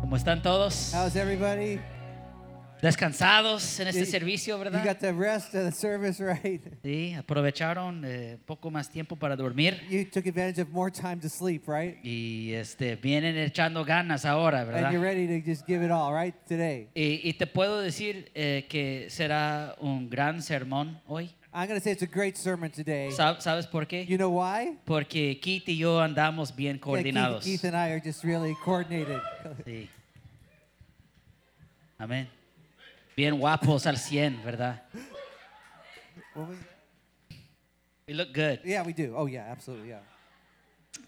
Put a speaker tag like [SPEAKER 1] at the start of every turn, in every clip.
[SPEAKER 1] ¿Cómo están todos?
[SPEAKER 2] How's everybody?
[SPEAKER 1] Descansados en este
[SPEAKER 2] You-
[SPEAKER 1] servicio,
[SPEAKER 2] You
[SPEAKER 1] ¿verdad?
[SPEAKER 2] got the rest of the service right.
[SPEAKER 1] Sí, aprovecharon eh, poco más tiempo para dormir
[SPEAKER 2] You took advantage of more time to sleep, right?
[SPEAKER 1] y este, vienen echando ganas ahora,
[SPEAKER 2] And you're
[SPEAKER 1] ¿verdad?
[SPEAKER 2] ready to just give it all, right? Today.
[SPEAKER 1] Y, y te puedo decir eh, que será un gran sermón hoy.
[SPEAKER 2] I'm going to say it's a great sermon today.
[SPEAKER 1] Sa- ¿Sabes por qué?
[SPEAKER 2] You know why?
[SPEAKER 1] Porque Keith y yo andamos bien
[SPEAKER 2] Yeah, Keith-
[SPEAKER 1] coordinados.
[SPEAKER 2] Keith, and I are just really coordinated.
[SPEAKER 1] Sí. Amén. Bien guapos al 100, ¿verdad?
[SPEAKER 2] What was-
[SPEAKER 1] We look good.
[SPEAKER 2] yeah, we do. Oh, yeah, absolutely. Yeah.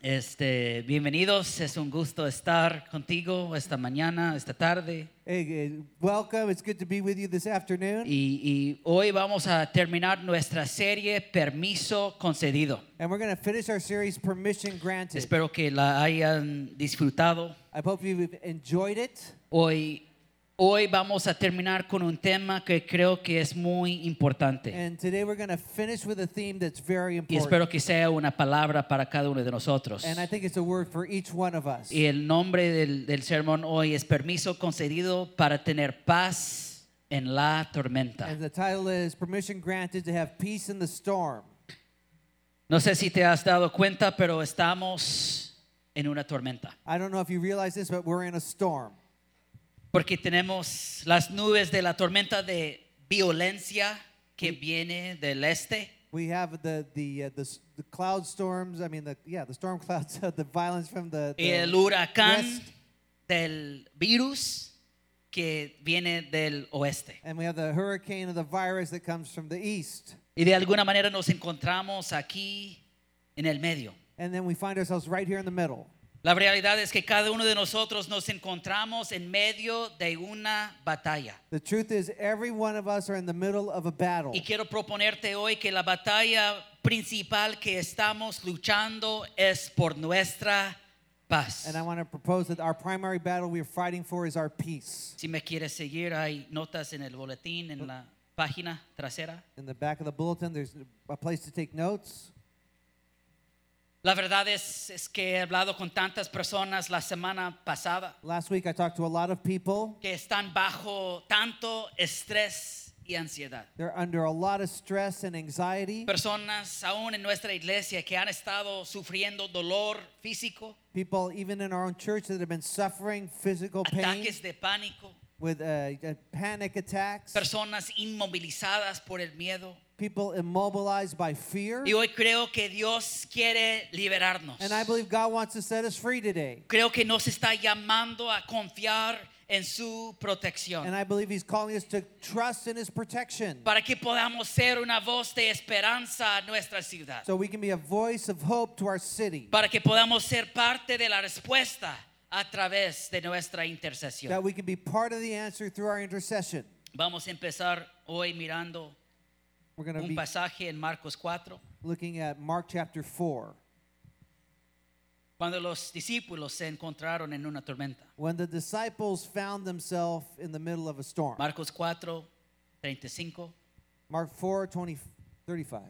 [SPEAKER 1] Este, bienvenidos, es un gusto estar contigo esta mañana, esta tarde.
[SPEAKER 2] Hey, eh, welcome. It's good to be with you this afternoon.
[SPEAKER 1] Y, y hoy vamos a terminar nuestra serie Permiso Concedido.
[SPEAKER 2] And we're going to finish our series, Permission Granted.
[SPEAKER 1] Espero que la hayan disfrutado.
[SPEAKER 2] I hope you've enjoyed it.
[SPEAKER 1] Hoy, hoy vamos a terminar con un tema que creo que es muy importante.
[SPEAKER 2] And today we're going to finish with a theme that's very
[SPEAKER 1] Y
[SPEAKER 2] important.
[SPEAKER 1] espero que sea una palabra para cada uno de nosotros.
[SPEAKER 2] And I think it's a word for each one of us.
[SPEAKER 1] Y el nombre del, del sermón hoy es Permiso Concedido para tener paz en la tormenta.
[SPEAKER 2] And the title is Permission Granted to Have Peace in the Storm.
[SPEAKER 1] No sé si te has dado cuenta, pero estamos en una tormenta.
[SPEAKER 2] I don't know if you realize this, but we're in a storm
[SPEAKER 1] Porque tenemos las nubes de la tormenta de violencia que viene del este.
[SPEAKER 2] we have the the uh, the, s- the cloud storms. I mean, the yeah, the storm clouds, uh, the violence from the, the
[SPEAKER 1] El huracán
[SPEAKER 2] west,
[SPEAKER 1] del virus que viene del oeste.
[SPEAKER 2] and we have the hurricane of the virus that comes from the east,
[SPEAKER 1] Y de alguna manera nos encontramos aquí en el medio.
[SPEAKER 2] and then we find ourselves right here in the middle.
[SPEAKER 1] La realidad es que cada uno de nosotros nos encontramos en medio de una batalla.
[SPEAKER 2] The truth is, every one of us are in the middle of a battle,
[SPEAKER 1] Y quiero proponerte hoy que la batalla principal que estamos luchando es por nuestra paz.
[SPEAKER 2] and I want to propose that our primary battle we are fighting for is our peace.
[SPEAKER 1] Si me quieres seguir, hay notas en el boletín,
[SPEAKER 2] Oh.
[SPEAKER 1] en la página trasera.
[SPEAKER 2] In the back of the bulletin, there's a place to take notes.
[SPEAKER 1] La verdad es, es que he hablado con tantas personas la semana pasada
[SPEAKER 2] Last week, I talked to a lot of people.
[SPEAKER 1] que están bajo tanto estrés y ansiedad.
[SPEAKER 2] They're under a lot of stress and anxiety.
[SPEAKER 1] Personas aún en nuestra iglesia que han estado sufriendo dolor físico,
[SPEAKER 2] People, even in our own church, that have been suffering physical pain
[SPEAKER 1] ataques de pánico.
[SPEAKER 2] with uh, uh, panic attacks.
[SPEAKER 1] personas inmovilizadas por el miedo.
[SPEAKER 2] People immobilized by fear.
[SPEAKER 1] Y hoy creo que Dios quiere liberarnos.
[SPEAKER 2] And I believe God wants to set us free today.
[SPEAKER 1] Creo que nos está llamando a confiar en su
[SPEAKER 2] And
[SPEAKER 1] protección
[SPEAKER 2] I believe He's calling us to trust in His protection
[SPEAKER 1] para que podamos ser una voz de esperanza a nuestra ciudad,
[SPEAKER 2] so we can be a voice of hope to our city,
[SPEAKER 1] para que podamos ser parte de la respuesta a través de nuestra intercesión.
[SPEAKER 2] that we can be part of the answer through our intercession.
[SPEAKER 1] Vamos a empezar hoy mirando
[SPEAKER 2] We're going to
[SPEAKER 1] un
[SPEAKER 2] be
[SPEAKER 1] pasaje en Marcos 4.
[SPEAKER 2] looking at Mark chapter 4.
[SPEAKER 1] Cuando los discípulos se encontraron en una tormenta.
[SPEAKER 2] When the disciples found themselves in the middle of a storm.
[SPEAKER 1] Marcos 4, 35.
[SPEAKER 2] Mark 4 20, 35.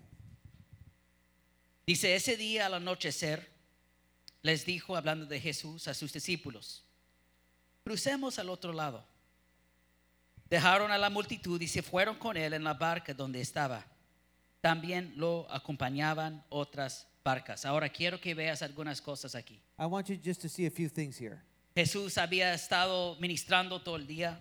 [SPEAKER 1] Dice, ese día al anochecer les dijo, hablando de Jesús, a sus discípulos, crucemos al otro lado. Dejaron a la multitud y se fueron con él en la barca donde estaba. También lo acompañaban otras barcas. Ahora quiero que veas algunas cosas aquí.
[SPEAKER 2] I want you just to see a few things here.
[SPEAKER 1] Jesús había estado ministrando todo el día.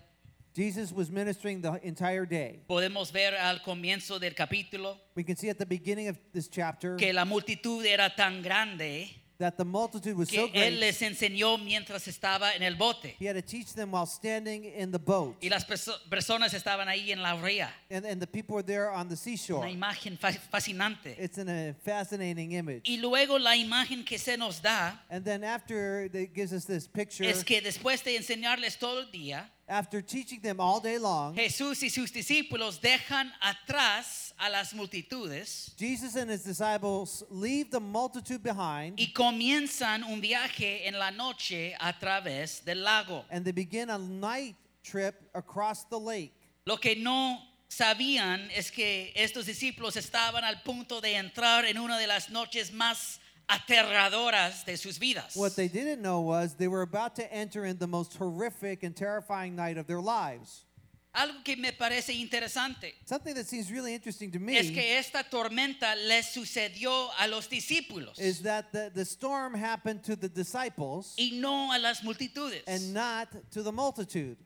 [SPEAKER 2] Jesus was ministering the entire day.
[SPEAKER 1] Podemos ver al comienzo del capítulo
[SPEAKER 2] We can see at the beginning of this chapter
[SPEAKER 1] que la multitud era tan grande
[SPEAKER 2] that the multitude was so
[SPEAKER 1] que él
[SPEAKER 2] great,
[SPEAKER 1] les enseñó mientras estaba en el bote.
[SPEAKER 2] he had to teach them while standing in the boat.
[SPEAKER 1] Y las perso- personas estaban ahí en la orilla.
[SPEAKER 2] And, and the people were there on the seashore.
[SPEAKER 1] Una imagen fa- fascinante.
[SPEAKER 2] It's an, a fascinating image.
[SPEAKER 1] Y luego la imagen que se nos da
[SPEAKER 2] And then after, it gives us this picture.
[SPEAKER 1] es que después de enseñarles todo el día,
[SPEAKER 2] After teaching them all day long,
[SPEAKER 1] Jesús y sus discípulos dejan atrás a las multitudes
[SPEAKER 2] Jesus and his disciples leave the multitude behind
[SPEAKER 1] y comienzan un viaje en la noche a través del lago.
[SPEAKER 2] and they begin a night trip across the lake.
[SPEAKER 1] Lo que no sabían es que estos discípulos estaban al punto de entrar en una de las noches más aterradoras de sus vidas.
[SPEAKER 2] What they didn't know was they were about to enter in the most horrific and terrifying night of their lives.
[SPEAKER 1] Algo que me parece interesante
[SPEAKER 2] Something that seems really interesting to me
[SPEAKER 1] es que esta tormenta les sucedió a los discípulos
[SPEAKER 2] is that the, the storm happened to the disciples
[SPEAKER 1] y no a las multitudes.
[SPEAKER 2] and not to the multitude.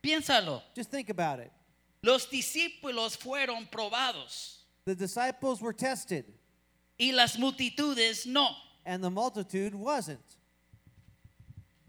[SPEAKER 1] Piénsalo,
[SPEAKER 2] Just think about it.
[SPEAKER 1] los discípulos fueron probados
[SPEAKER 2] The disciples were tested,
[SPEAKER 1] y las multitudes no.
[SPEAKER 2] and the multitude wasn't.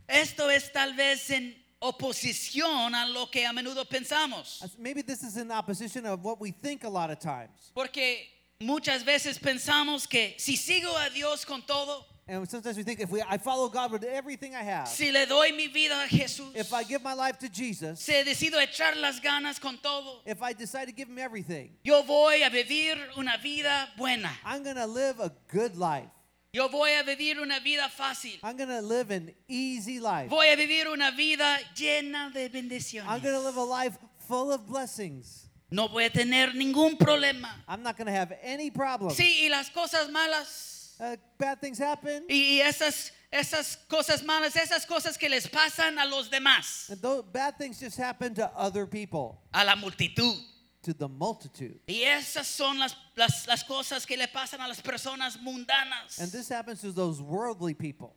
[SPEAKER 1] Esto es tal vez en oposición a lo que a menudo pensamos.
[SPEAKER 2] Uh, Maybe this is in opposition of what we think a lot of times.
[SPEAKER 1] Porque muchas veces pensamos que si sigo a Dios con todo,
[SPEAKER 2] And sometimes we think if we, I follow God with everything I have,
[SPEAKER 1] si le doy mi vida a Jesús,
[SPEAKER 2] if I give my life to Jesus,
[SPEAKER 1] si decido echar las ganas con todo,
[SPEAKER 2] if I decide to give him everything,
[SPEAKER 1] yo voy a vivir una vida buena.
[SPEAKER 2] I'm going to live a good life.
[SPEAKER 1] Yo voy a vivir una vida fácil.
[SPEAKER 2] I'm going to live an easy life.
[SPEAKER 1] Voy a vivir una vida llena de
[SPEAKER 2] I'm going to
[SPEAKER 1] bendiciones.
[SPEAKER 2] live a life full of blessings.
[SPEAKER 1] No voy a tener ningún problema.
[SPEAKER 2] I'm not going to have any problem.
[SPEAKER 1] Sí, y las cosas malas
[SPEAKER 2] Uh, bad things happen.
[SPEAKER 1] y y esas esas cosas malas, esas cosas que les pasan a los demás,
[SPEAKER 2] And tho- bad things just happen to other people,
[SPEAKER 1] a la multitud.
[SPEAKER 2] to the multitude.
[SPEAKER 1] Y esas son las, las, las cosas que le pasan a las personas mundanas.
[SPEAKER 2] And this happens to those worldly people.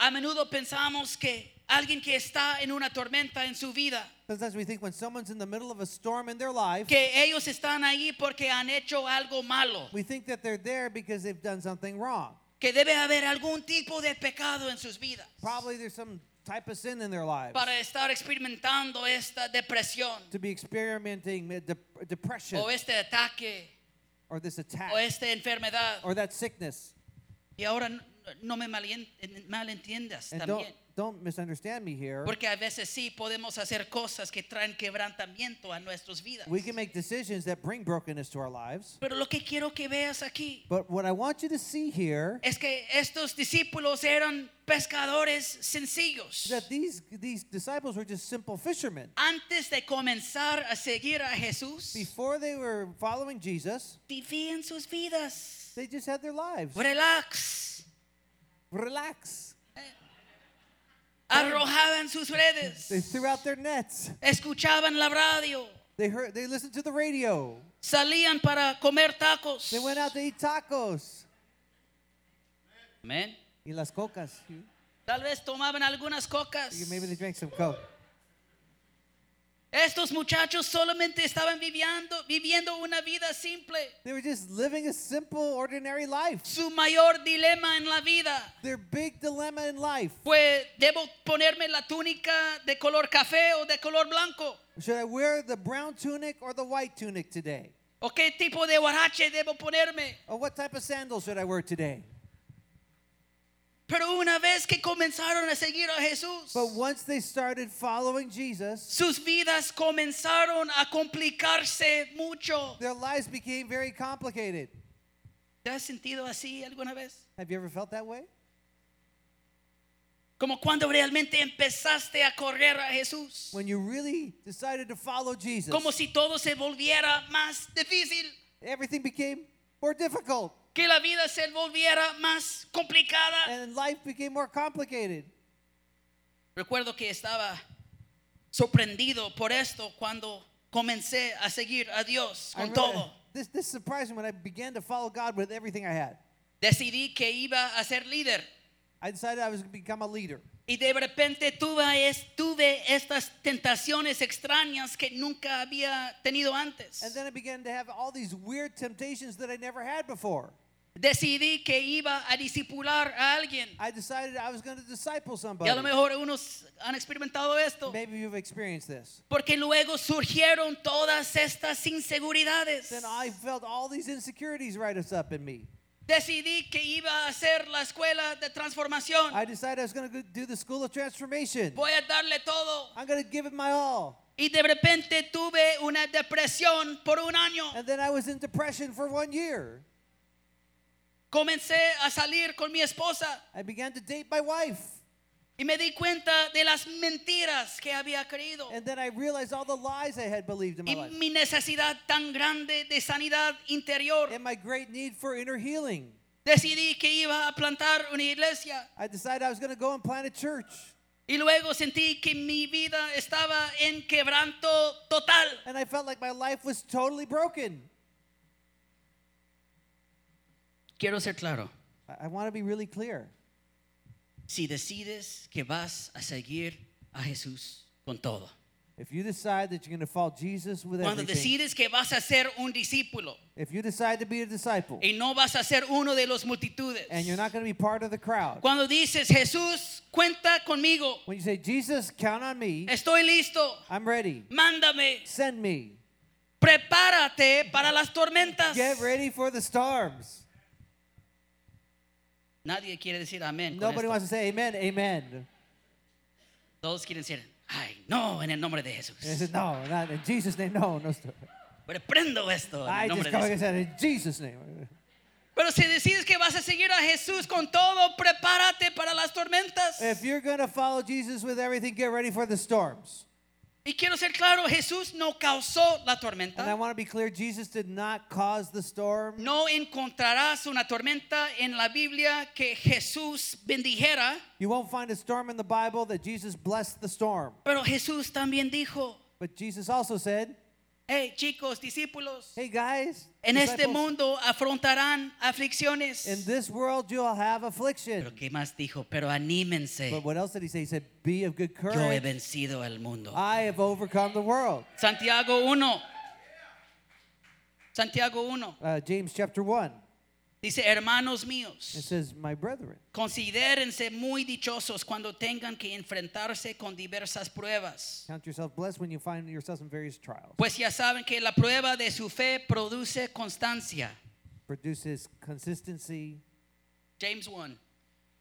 [SPEAKER 1] a menudo pensamos que alguien que está en una tormenta en su vida,
[SPEAKER 2] Sometimes we think when someone's in the middle of a storm in their life,
[SPEAKER 1] que ellos están ahí porque han hecho algo malo,
[SPEAKER 2] we think that they're there because they've done something wrong.
[SPEAKER 1] que debe haber algún tipo de pecado en sus vidas
[SPEAKER 2] Probably there's some type of sin in their lives
[SPEAKER 1] para estar experimentando esta depresión
[SPEAKER 2] to be experimenting with dep- depression
[SPEAKER 1] o este ataque
[SPEAKER 2] or this attack
[SPEAKER 1] o esta enfermedad.
[SPEAKER 2] or that sickness.
[SPEAKER 1] Y ahora no, no me malien- malentiendas
[SPEAKER 2] And don't,
[SPEAKER 1] también.
[SPEAKER 2] don't misunderstand me here.
[SPEAKER 1] Porque a veces sí podemos hacer cosas que traen quebrantamiento a nuestras vidas.
[SPEAKER 2] We can make decisions that bring brokenness to our lives.
[SPEAKER 1] Pero lo que quiero que veas aquí
[SPEAKER 2] But what I want you to see here
[SPEAKER 1] es que estos discípulos eran pescadores sencillos.
[SPEAKER 2] is that these, these disciples were just simple fishermen.
[SPEAKER 1] Antes de comenzar a seguir a Jesús,
[SPEAKER 2] Before they were following Jesus,
[SPEAKER 1] vivían sus vidas.
[SPEAKER 2] they just had their lives.
[SPEAKER 1] Relax.
[SPEAKER 2] Relax.
[SPEAKER 1] Arrojaban sus
[SPEAKER 2] They
[SPEAKER 1] redes.
[SPEAKER 2] threw out their nets.
[SPEAKER 1] Escuchaban la radio.
[SPEAKER 2] They heard they listened to the radio.
[SPEAKER 1] Salían para comer tacos.
[SPEAKER 2] They went out to eat tacos.
[SPEAKER 1] Amén.
[SPEAKER 2] Y las cocas. You-
[SPEAKER 1] Tal vez tomaban algunas cocas.
[SPEAKER 2] you- Maybe they drank some coke.
[SPEAKER 1] Estos muchachos solamente estaban viviendo, viviendo una vida simple.
[SPEAKER 2] They were just living a simple, ordinary life.
[SPEAKER 1] Su mayor dilema en la vida
[SPEAKER 2] Their big dilemma in life.
[SPEAKER 1] fue, ¿debo ponerme la túnica de color café o de color blanco?
[SPEAKER 2] Should I wear the brown tunic or the white tunic today?
[SPEAKER 1] ¿O qué tipo de guarache debo ponerme?
[SPEAKER 2] Or what type of sandals should I wear today?
[SPEAKER 1] Pero una vez que comenzaron a seguir a Jesús,
[SPEAKER 2] But once they started following Jesus,
[SPEAKER 1] sus vidas comenzaron a complicarse mucho.
[SPEAKER 2] their lives became very complicated.
[SPEAKER 1] ¿Te has sentido así alguna vez?
[SPEAKER 2] Have you ever felt that way?
[SPEAKER 1] Como cuando realmente empezaste a correr a Jesús.
[SPEAKER 2] When you really decided to follow Jesus,
[SPEAKER 1] Como si todo se volviera más difícil.
[SPEAKER 2] everything became more difficult
[SPEAKER 1] que la vida se volviera más complicada.
[SPEAKER 2] and life became more complicated.
[SPEAKER 1] Recuerdo que estaba sorprendido por esto cuando comencé a seguir a Dios
[SPEAKER 2] I
[SPEAKER 1] con
[SPEAKER 2] really-
[SPEAKER 1] todo.
[SPEAKER 2] this, this surprised me when I began to follow God with everything I had.
[SPEAKER 1] Decidí que iba a ser líder
[SPEAKER 2] I decided I was going to become a leader.
[SPEAKER 1] y de repente tuve, es- tuve estas tentaciones extrañas que nunca había tenido antes.
[SPEAKER 2] And then I began to have all these weird temptations that I never had before.
[SPEAKER 1] Decidí que iba a discipular a alguien.
[SPEAKER 2] I decided I was going to disciple
[SPEAKER 1] Y
[SPEAKER 2] somebody.
[SPEAKER 1] a lo mejor unos han experimentado esto.
[SPEAKER 2] Maybe you've experienced this.
[SPEAKER 1] Porque luego surgieron todas estas inseguridades.
[SPEAKER 2] Then I felt all these insecurities rise up in me.
[SPEAKER 1] Decidí que iba a hacer la escuela de transformación.
[SPEAKER 2] I decided I was going to do the school of transformation.
[SPEAKER 1] Voy a darle todo.
[SPEAKER 2] I'm going to give it my all.
[SPEAKER 1] Y de repente tuve una depresión por un año.
[SPEAKER 2] And then I was in depression for one year.
[SPEAKER 1] Comencé a salir con mi esposa
[SPEAKER 2] I began to date my wife.
[SPEAKER 1] y me di cuenta de las mentiras que había creído
[SPEAKER 2] And then I realized all the lies I had believed in my
[SPEAKER 1] y
[SPEAKER 2] life
[SPEAKER 1] mi necesidad tan grande de sanidad interior.
[SPEAKER 2] and my great need for inner healing.
[SPEAKER 1] Decidí que iba a plantar una iglesia
[SPEAKER 2] I decided I was going to go and plant a church.
[SPEAKER 1] y luego sentí que mi vida estaba en quebranto total.
[SPEAKER 2] And I felt like my life was totally broken.
[SPEAKER 1] Quiero ser claro,
[SPEAKER 2] I, I want to be really clear.
[SPEAKER 1] si decides que vas a seguir a Jesús con todo,
[SPEAKER 2] If you decide that you're going to follow Jesus with
[SPEAKER 1] cuando
[SPEAKER 2] everything,
[SPEAKER 1] decides que vas a ser un discípulo
[SPEAKER 2] if you decide to be a disciple,
[SPEAKER 1] y no vas a ser uno de los multitudes,
[SPEAKER 2] and you're not going to be part of the crowd,
[SPEAKER 1] cuando dices Jesús, cuenta conmigo,
[SPEAKER 2] when you say, Jesus, count on me,
[SPEAKER 1] estoy listo,
[SPEAKER 2] I'm ready,
[SPEAKER 1] mándame,
[SPEAKER 2] send me,
[SPEAKER 1] prepárate para las tormentas.
[SPEAKER 2] get ready for the storms.
[SPEAKER 1] Nadie quiere decir amén. con
[SPEAKER 2] Nobody
[SPEAKER 1] esto.
[SPEAKER 2] wants to say amen, amen.
[SPEAKER 1] Todos quieren decir, ay, no, en el nombre de Jesús.
[SPEAKER 2] And I said, no, not in Jesus' name, no, no story.
[SPEAKER 1] Reprendo esto en el
[SPEAKER 2] I
[SPEAKER 1] nombre de
[SPEAKER 2] just come
[SPEAKER 1] Jesús.
[SPEAKER 2] and said, in Jesus' name.
[SPEAKER 1] Pero si decides que vas a seguir a Jesús con todo, prepárate para las tormentas.
[SPEAKER 2] If you're going to follow Jesus with everything, get ready for the storms.
[SPEAKER 1] Y quiero ser claro, Jesús no causó la
[SPEAKER 2] And I
[SPEAKER 1] tormenta.
[SPEAKER 2] want to be clear, Jesus did not cause the storm.
[SPEAKER 1] No encontrarás una tormenta en la Biblia que Jesús bendijera,
[SPEAKER 2] You won't find a storm in the Bible that Jesus blessed the storm.
[SPEAKER 1] pero Jesús también dijo,
[SPEAKER 2] But Jesus also said,
[SPEAKER 1] hey chicos, discípulos,
[SPEAKER 2] hey guys,
[SPEAKER 1] en este
[SPEAKER 2] disciples,
[SPEAKER 1] mundo afrontarán
[SPEAKER 2] in
[SPEAKER 1] aflicciones.
[SPEAKER 2] this world you'll have
[SPEAKER 1] Pero
[SPEAKER 2] affliction.
[SPEAKER 1] ¿qué más dijo? Pero anímense.
[SPEAKER 2] But what else did he say? He said, be of good
[SPEAKER 1] Yo he
[SPEAKER 2] courage.
[SPEAKER 1] vencido al mundo.
[SPEAKER 2] I have overcome the world.
[SPEAKER 1] Santiago 1. Santiago 1.
[SPEAKER 2] Uh, James chapter 1.
[SPEAKER 1] Dice, hermanos
[SPEAKER 2] It
[SPEAKER 1] míos,
[SPEAKER 2] says, my brethren.
[SPEAKER 1] considérense muy dichosos cuando tengan que enfrentarse con diversas pruebas.
[SPEAKER 2] Count yourself blessed when you find yourself in various trials.
[SPEAKER 1] Pues ya saben que la prueba de su fe produce constancia.
[SPEAKER 2] Produces consistency.
[SPEAKER 1] James 1.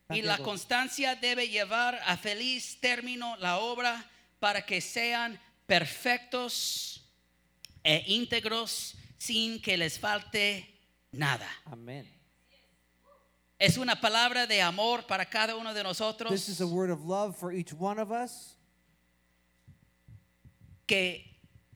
[SPEAKER 1] Y la constancia debe llevar a feliz término la obra para que sean perfectos e íntegros sin que les falte nada.
[SPEAKER 2] Amen.
[SPEAKER 1] Es una palabra de amor para cada uno de
[SPEAKER 2] This
[SPEAKER 1] nosotros
[SPEAKER 2] is a word of love for each one of us.
[SPEAKER 1] que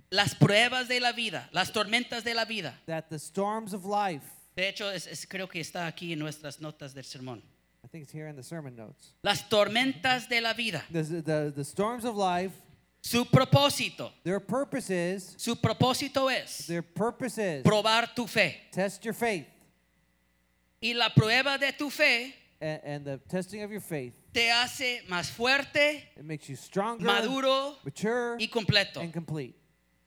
[SPEAKER 1] las pruebas de la vida, las tormentas de la vida,
[SPEAKER 2] That the storms of life,
[SPEAKER 1] de hecho es- es- creo que está aquí en nuestras notas del sermón,
[SPEAKER 2] I think it's here in the sermon notes.
[SPEAKER 1] las tormentas de la vida,
[SPEAKER 2] The, the, the storms of life,
[SPEAKER 1] su propósito,
[SPEAKER 2] their purpose is,
[SPEAKER 1] su propósito es
[SPEAKER 2] their purpose is,
[SPEAKER 1] probar tu fe.
[SPEAKER 2] test your faith.
[SPEAKER 1] Y la prueba de tu fe
[SPEAKER 2] And, and the testing of your faith,
[SPEAKER 1] te hace más fuerte,
[SPEAKER 2] it makes you stronger,
[SPEAKER 1] maduro
[SPEAKER 2] mature,
[SPEAKER 1] y completo.
[SPEAKER 2] and complete.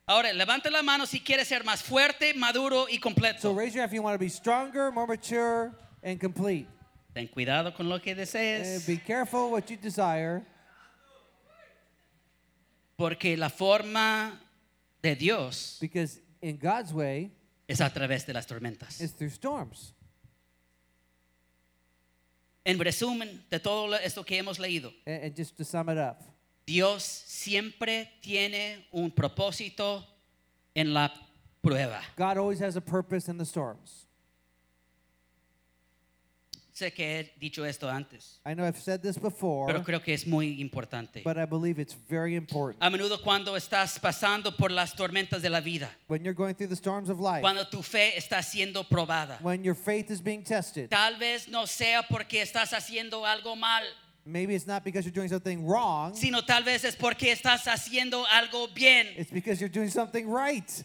[SPEAKER 1] Ahora, levanta la mano si quieres ser más fuerte, maduro y
[SPEAKER 2] So
[SPEAKER 1] completo.
[SPEAKER 2] raise your hand if you want to be stronger, more mature, and complete.
[SPEAKER 1] Ten cuidado con lo que
[SPEAKER 2] And
[SPEAKER 1] desees.
[SPEAKER 2] be careful what you desire.
[SPEAKER 1] Porque la forma de Dios
[SPEAKER 2] Because in God's way,
[SPEAKER 1] es a través de las tormentas.
[SPEAKER 2] it's through storms.
[SPEAKER 1] En resumen de todo lo- esto que hemos leído,
[SPEAKER 2] And, and just to sum it up,
[SPEAKER 1] Dios siempre tiene un propósito en la prueba.
[SPEAKER 2] God always has a purpose in the storms.
[SPEAKER 1] Sé que he dicho esto antes,
[SPEAKER 2] I know I've said this before,
[SPEAKER 1] pero creo que es muy importante.
[SPEAKER 2] but I believe it's very important.
[SPEAKER 1] A menudo cuando estás pasando por las tormentas de la vida,
[SPEAKER 2] When you're going through the storms of life,
[SPEAKER 1] cuando tu fe está siendo probada,
[SPEAKER 2] when your faith is being tested,
[SPEAKER 1] tal vez no sea porque estás haciendo algo mal,
[SPEAKER 2] maybe it's not because you're doing something wrong,
[SPEAKER 1] sino tal vez es porque estás haciendo algo bien.
[SPEAKER 2] it's because you're doing something right.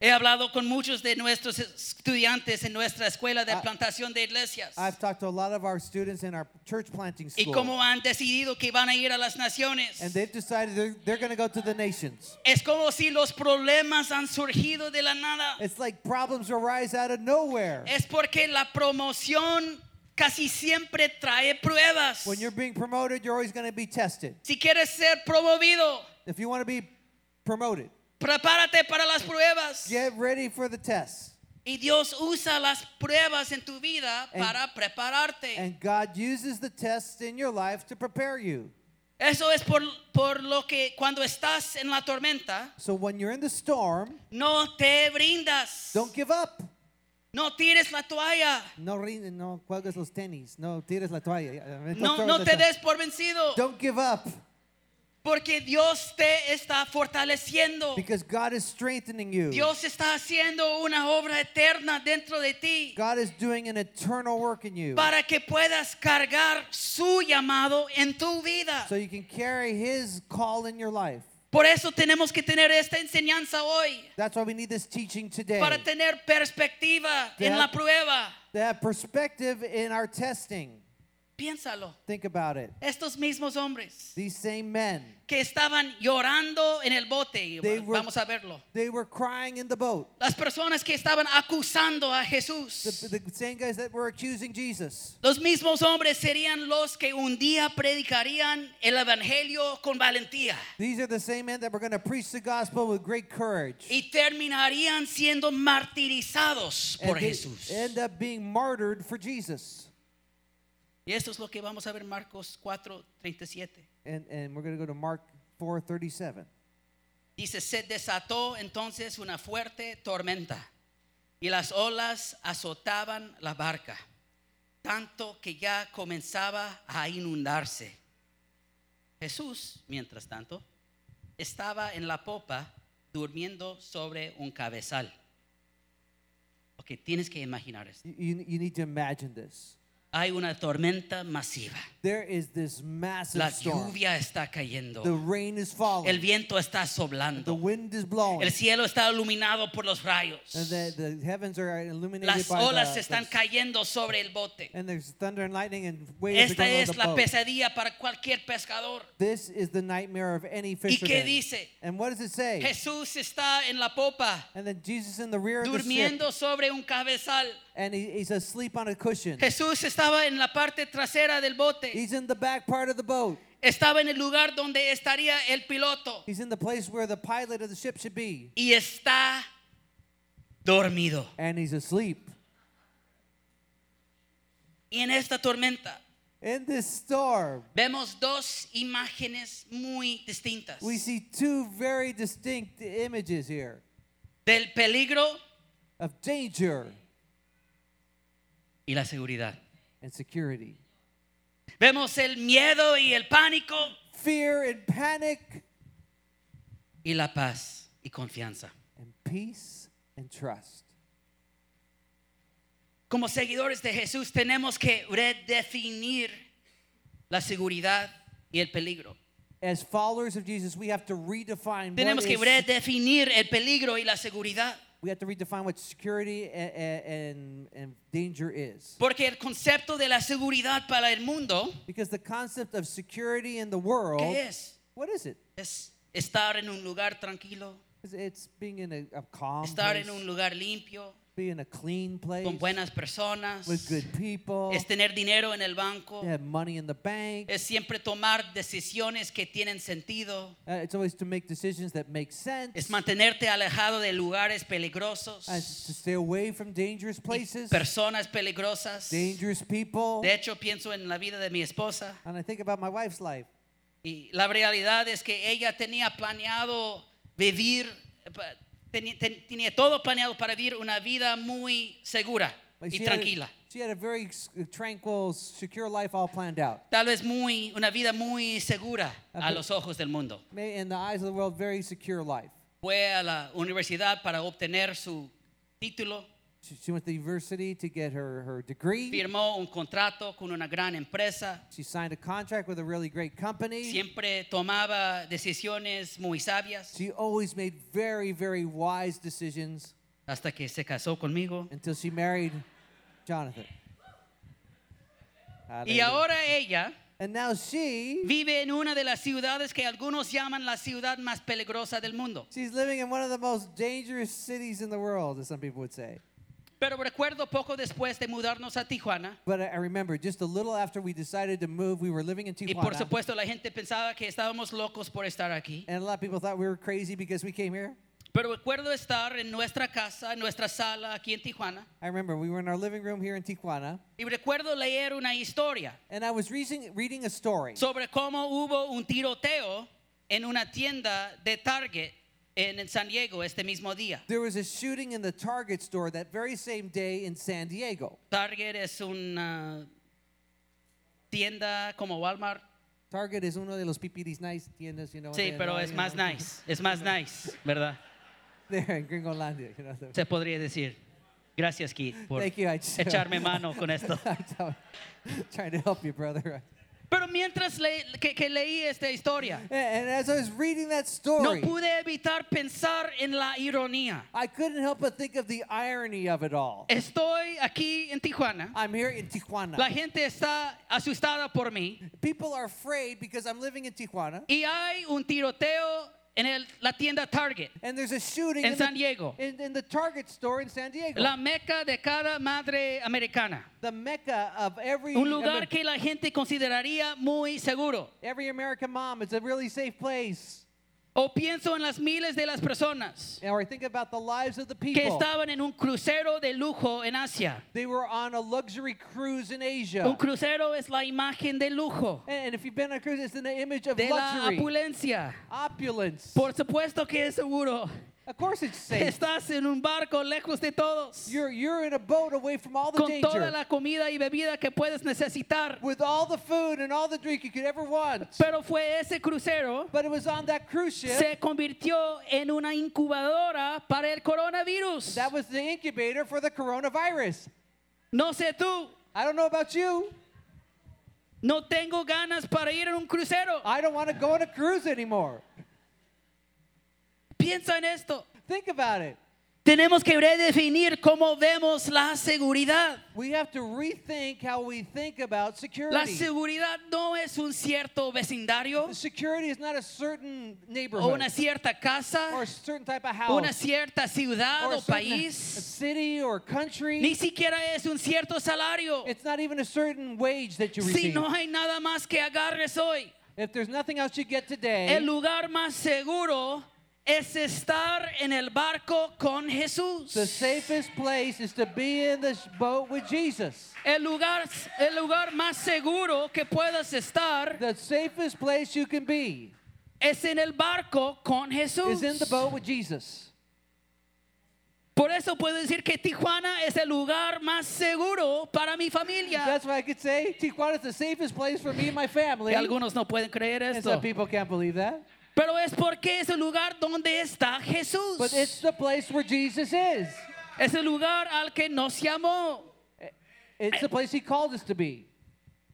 [SPEAKER 1] He hablado con muchos de nuestros estudiantes en nuestra escuela de
[SPEAKER 2] Ah.
[SPEAKER 1] plantación de iglesias
[SPEAKER 2] I've talked to a lot of our students in our church planting
[SPEAKER 1] y
[SPEAKER 2] school,
[SPEAKER 1] cómo han decidido que van a ir a las naciones.
[SPEAKER 2] and they've decided they're, they're going to go to the nations.
[SPEAKER 1] Es como si los problemas han surgido de la nada.
[SPEAKER 2] It's like problems arise out of nowhere.
[SPEAKER 1] Es porque la promoción casi siempre trae pruebas.
[SPEAKER 2] When you're being promoted, you're always going to be tested.
[SPEAKER 1] Si quieres ser promovido,
[SPEAKER 2] If you want to be promoted,
[SPEAKER 1] prepárate para las pruebas.
[SPEAKER 2] get ready for the tests.
[SPEAKER 1] Y Dios usa las pruebas en tu vida
[SPEAKER 2] And-
[SPEAKER 1] para prepararte.
[SPEAKER 2] And God uses the tests in your life to prepare you.
[SPEAKER 1] Eso es por, por lo que cuando estás en la tormenta,
[SPEAKER 2] So when you're in the storm,
[SPEAKER 1] no te brindas.
[SPEAKER 2] don't give up.
[SPEAKER 1] No tires la toalla.
[SPEAKER 2] No rin- no cuelgues los tenis. No tires la toalla.
[SPEAKER 1] No, no te des por vencido.
[SPEAKER 2] Don't give up.
[SPEAKER 1] Porque Dios te está fortaleciendo.
[SPEAKER 2] because God is strengthening you.
[SPEAKER 1] Dios está haciendo una obra eterna dentro de ti
[SPEAKER 2] God is doing an eternal work in you.
[SPEAKER 1] para que puedas cargar su llamado en tu vida.
[SPEAKER 2] So you can carry His call in your life.
[SPEAKER 1] Por eso tenemos que tener esta enseñanza hoy
[SPEAKER 2] That's why we need this teaching today.
[SPEAKER 1] para tener perspectiva
[SPEAKER 2] Te
[SPEAKER 1] en
[SPEAKER 2] ha-
[SPEAKER 1] la prueba.
[SPEAKER 2] To have perspective in our testing.
[SPEAKER 1] Piénsalo.
[SPEAKER 2] Think about it.
[SPEAKER 1] Estos mismos hombres
[SPEAKER 2] These same men,
[SPEAKER 1] que estaban llorando en el bote, y
[SPEAKER 2] They were-
[SPEAKER 1] vamos a verlo.
[SPEAKER 2] they were crying in the boat.
[SPEAKER 1] Las personas que estaban acusando a Jesús.
[SPEAKER 2] The, the same guys that were accusing Jesus.
[SPEAKER 1] Los mismos hombres serían los que un día predicarían el evangelio con valentía
[SPEAKER 2] These are the same men that were going to preach the gospel with great courage.
[SPEAKER 1] y terminarían siendo martirizados por
[SPEAKER 2] and they
[SPEAKER 1] Jesús.
[SPEAKER 2] end up being martyred for Jesus.
[SPEAKER 1] Y esto es lo que vamos a ver en Marcos 4:37.
[SPEAKER 2] And, and we're going to go to Mark 4:37.
[SPEAKER 1] Dice, se desató entonces una fuerte tormenta y las olas azotaban la barca, tanto que ya comenzaba a inundarse. Jesús, mientras tanto, estaba en la popa durmiendo sobre un cabezal. Ok, tienes que imaginar esto.
[SPEAKER 2] You, you, you need to imagine this.
[SPEAKER 1] Hay una tormenta masiva.
[SPEAKER 2] There is this massive
[SPEAKER 1] La
[SPEAKER 2] storm.
[SPEAKER 1] lluvia está
[SPEAKER 2] The
[SPEAKER 1] cayendo.
[SPEAKER 2] rain is falling.
[SPEAKER 1] El viento está
[SPEAKER 2] the
[SPEAKER 1] soplando.
[SPEAKER 2] wind is blowing.
[SPEAKER 1] El cielo está iluminado por los rayos.
[SPEAKER 2] and the, the heavens are illuminated
[SPEAKER 1] Las
[SPEAKER 2] by
[SPEAKER 1] olas
[SPEAKER 2] the,
[SPEAKER 1] están
[SPEAKER 2] the-
[SPEAKER 1] cayendo sobre el bote.
[SPEAKER 2] And there's thunder and lightning and waves are
[SPEAKER 1] Esta
[SPEAKER 2] going over
[SPEAKER 1] es
[SPEAKER 2] the
[SPEAKER 1] la
[SPEAKER 2] boat.
[SPEAKER 1] pesadilla para cualquier pescador.
[SPEAKER 2] This is the nightmare of any
[SPEAKER 1] qué
[SPEAKER 2] fisherman.
[SPEAKER 1] dice?
[SPEAKER 2] And what does it say?
[SPEAKER 1] Jesús está en la popa,
[SPEAKER 2] And then Jesus in the rear of the ship,
[SPEAKER 1] durmiendo sobre un cabezal.
[SPEAKER 2] and he, he's asleep on a cushion.
[SPEAKER 1] Jesús estaba en la parte trasera del bote.
[SPEAKER 2] He's in the back part of the boat.
[SPEAKER 1] Estaba en el lugar donde estaría el piloto.
[SPEAKER 2] He's in the place where the pilot of the ship should be,
[SPEAKER 1] Y está dormido.
[SPEAKER 2] and he's asleep.
[SPEAKER 1] Y en esta tormenta
[SPEAKER 2] In this storm,
[SPEAKER 1] vemos dos imágenes muy distintas.
[SPEAKER 2] we see two very distinct images here
[SPEAKER 1] Del peligro
[SPEAKER 2] of danger
[SPEAKER 1] y la seguridad.
[SPEAKER 2] and security.
[SPEAKER 1] Vemos el miedo y el pánico.
[SPEAKER 2] Fear and panic
[SPEAKER 1] y la paz y confianza.
[SPEAKER 2] and peace and trust.
[SPEAKER 1] Como seguidores de Jesús tenemos que redefinir la seguridad y el peligro.
[SPEAKER 2] As followers of Jesus, we have to redefine
[SPEAKER 1] Tenemos
[SPEAKER 2] what
[SPEAKER 1] que
[SPEAKER 2] is-
[SPEAKER 1] redefinir el peligro y la seguridad,
[SPEAKER 2] we have to redefine what security and, and, and danger is.
[SPEAKER 1] porque el concepto de la seguridad para el mundo
[SPEAKER 2] Because the concept of security in the world,
[SPEAKER 1] ¿qué es?
[SPEAKER 2] what is it?
[SPEAKER 1] Es estar en un lugar tranquilo,
[SPEAKER 2] It's, it's being in a, a calm
[SPEAKER 1] estar
[SPEAKER 2] place,
[SPEAKER 1] en un lugar limpio,
[SPEAKER 2] being in a clean place,
[SPEAKER 1] con buenas personas,
[SPEAKER 2] with good people,
[SPEAKER 1] es tener dinero en el banco,
[SPEAKER 2] to have money in the bank.
[SPEAKER 1] es siempre tomar decisiones que tienen sentido.
[SPEAKER 2] Uh, it's always to make decisions that make sense,
[SPEAKER 1] es mantenerte alejado de lugares peligrosos,
[SPEAKER 2] uh, it's to stay away from dangerous places,
[SPEAKER 1] personas peligrosas. De
[SPEAKER 2] dangerous people.
[SPEAKER 1] hecho, pienso en la vida de mi esposa
[SPEAKER 2] And I think about my wife's life.
[SPEAKER 1] y la realidad es que ella tenía planeado vivir, eh, pa- teni- ten- tenía todo planeado para vivir una vida muy segura
[SPEAKER 2] Like,
[SPEAKER 1] y
[SPEAKER 2] she had a-
[SPEAKER 1] tranquila.
[SPEAKER 2] she had a very s- tranquil, secure life all planned out.
[SPEAKER 1] Tal vez muy, una vida muy segura
[SPEAKER 2] Ah,
[SPEAKER 1] a
[SPEAKER 2] pero-
[SPEAKER 1] los ojos del mundo.
[SPEAKER 2] May, in the eyes of the world, very secure life.
[SPEAKER 1] Fue a la universidad para obtener su título,
[SPEAKER 2] She, she went to university to get her, her degree.
[SPEAKER 1] firmó un contrato con una gran empresa.
[SPEAKER 2] She signed a contract with a really great company.
[SPEAKER 1] siempre tomaba decisiones muy sabias
[SPEAKER 2] She always made very, very wise decisions
[SPEAKER 1] hasta que se casó conmigo.
[SPEAKER 2] until she married Jonathan. Ah,
[SPEAKER 1] Y
[SPEAKER 2] Hallelujah.
[SPEAKER 1] ahora ella
[SPEAKER 2] and now she,
[SPEAKER 1] vive en una de las ciudades que algunos llaman la ciudad más peligrosa del mundo.
[SPEAKER 2] she's living in one of the most dangerous cities in the world, as some people would say.
[SPEAKER 1] Pero recuerdo poco después de mudarnos a Tijuana,
[SPEAKER 2] But I, I remember just a little after we decided to move, we were living in
[SPEAKER 1] y por
[SPEAKER 2] Tijuana.
[SPEAKER 1] supuesto la gente pensaba que estábamos locos por estar aquí,
[SPEAKER 2] and a lot of people thought we were crazy because we came here.
[SPEAKER 1] pero recuerdo estar en nuestra casa, en nuestra sala aquí en Tijuana,
[SPEAKER 2] I remember we were in our living room here in Tijuana,
[SPEAKER 1] y recuerdo leer una historia
[SPEAKER 2] and I was reading, reading a story.
[SPEAKER 1] sobre cómo hubo un tiroteo en una tienda de Target en en San Diego este mismo día.
[SPEAKER 2] there was a shooting in the Target store that very same day in San Diego.
[SPEAKER 1] Target es una tienda como Walmart,
[SPEAKER 2] Target es uno de los PPD's nice tiendas, you know.
[SPEAKER 1] Sí,
[SPEAKER 2] de-
[SPEAKER 1] pero
[SPEAKER 2] de-
[SPEAKER 1] es
[SPEAKER 2] you
[SPEAKER 1] más
[SPEAKER 2] know,
[SPEAKER 1] nice, es más nice, ¿verdad?
[SPEAKER 2] There in Gringolandia, you know. the-
[SPEAKER 1] Se podría decir. Gracias, Keith, por
[SPEAKER 2] Thank you, I just-
[SPEAKER 1] echarme mano con esto.
[SPEAKER 2] I'm trying to help you, brother.
[SPEAKER 1] Pero mientras le- que, que leí esta historia,
[SPEAKER 2] And, and as I was reading that
[SPEAKER 1] no
[SPEAKER 2] story,
[SPEAKER 1] pude evitar pensar en la ironía.
[SPEAKER 2] I couldn't help but think of the irony of it all.
[SPEAKER 1] Estoy aquí en Tijuana.
[SPEAKER 2] I'm here in Tijuana.
[SPEAKER 1] La gente está asustada por mí
[SPEAKER 2] People are afraid because I'm living in Tijuana.
[SPEAKER 1] y hay un tiroteo en el- la tienda Target,
[SPEAKER 2] And there's a shooting
[SPEAKER 1] En
[SPEAKER 2] in, the-
[SPEAKER 1] San Diego.
[SPEAKER 2] in, in the Target store in San Diego.
[SPEAKER 1] la meca de cada madre americana.
[SPEAKER 2] the mecca of every
[SPEAKER 1] Un lugar
[SPEAKER 2] Amer-
[SPEAKER 1] que la gente consideraría muy seguro.
[SPEAKER 2] every American mom. It's a really safe place.
[SPEAKER 1] O pienso en las miles de las personas
[SPEAKER 2] Or think about the lives of the
[SPEAKER 1] que
[SPEAKER 2] people.
[SPEAKER 1] estaban en un crucero de lujo en Asia.
[SPEAKER 2] They were on a luxury cruise in Asia.
[SPEAKER 1] Un crucero es la imagen de lujo,
[SPEAKER 2] And, and if you've been on a cruise, it's an image of
[SPEAKER 1] de la
[SPEAKER 2] luxury,
[SPEAKER 1] opulencia.
[SPEAKER 2] opulence.
[SPEAKER 1] Por supuesto que es seguro.
[SPEAKER 2] of course, it's safe.
[SPEAKER 1] Estás en un barco lejos de todos,
[SPEAKER 2] You're, you're in a boat away from all the
[SPEAKER 1] con
[SPEAKER 2] danger,
[SPEAKER 1] toda la comida y bebida que puedes necesitar.
[SPEAKER 2] with all the food and all the drink you could ever want.
[SPEAKER 1] Pero fue ese crucero
[SPEAKER 2] But it was on that cruise ship
[SPEAKER 1] se convirtió en una incubadora para el coronavirus.
[SPEAKER 2] that was the incubator for the coronavirus.
[SPEAKER 1] No sé tú,
[SPEAKER 2] I don't know about you.
[SPEAKER 1] no tengo ganas para ir en un crucero.
[SPEAKER 2] I don't want to go on a cruise anymore.
[SPEAKER 1] Piensa en esto.
[SPEAKER 2] Think about it.
[SPEAKER 1] Tenemos que redefinir cómo vemos la seguridad.
[SPEAKER 2] We have to rethink how we think about
[SPEAKER 1] La
[SPEAKER 2] security.
[SPEAKER 1] seguridad no es un cierto vecindario
[SPEAKER 2] Security is not a certain
[SPEAKER 1] o
[SPEAKER 2] neighborhood
[SPEAKER 1] una cierta casa,
[SPEAKER 2] or a certain type of
[SPEAKER 1] o una
[SPEAKER 2] house
[SPEAKER 1] cierta ciudad
[SPEAKER 2] or a
[SPEAKER 1] o
[SPEAKER 2] certain
[SPEAKER 1] país.
[SPEAKER 2] city or
[SPEAKER 1] Ni
[SPEAKER 2] country.
[SPEAKER 1] siquiera es un cierto salario.
[SPEAKER 2] It's not even a certain wage that you
[SPEAKER 1] Si
[SPEAKER 2] receive.
[SPEAKER 1] no hay nada más que agarres hoy,
[SPEAKER 2] If there's nothing else you get
[SPEAKER 1] el
[SPEAKER 2] today,
[SPEAKER 1] lugar más seguro es estar en el barco con Jesús.
[SPEAKER 2] the safest place is to be in this boat with Jesus.
[SPEAKER 1] El lugar, el lugar más seguro que puedas estar
[SPEAKER 2] The safest place you can be
[SPEAKER 1] es en el barco con Jesús.
[SPEAKER 2] is in the boat with Jesus.
[SPEAKER 1] Por eso puedo decir que Tijuana es el lugar más seguro para mi familia.
[SPEAKER 2] That's what I could say. Tijuana is the safest place for me and my family.
[SPEAKER 1] Y algunos no pueden creer
[SPEAKER 2] And some
[SPEAKER 1] esto.
[SPEAKER 2] people can't believe that.
[SPEAKER 1] Pero es porque es el lugar donde está Jesús.
[SPEAKER 2] But it's the place where Jesus is.
[SPEAKER 1] Es el lugar al que nos llamó.
[SPEAKER 2] It's the place he called us to be.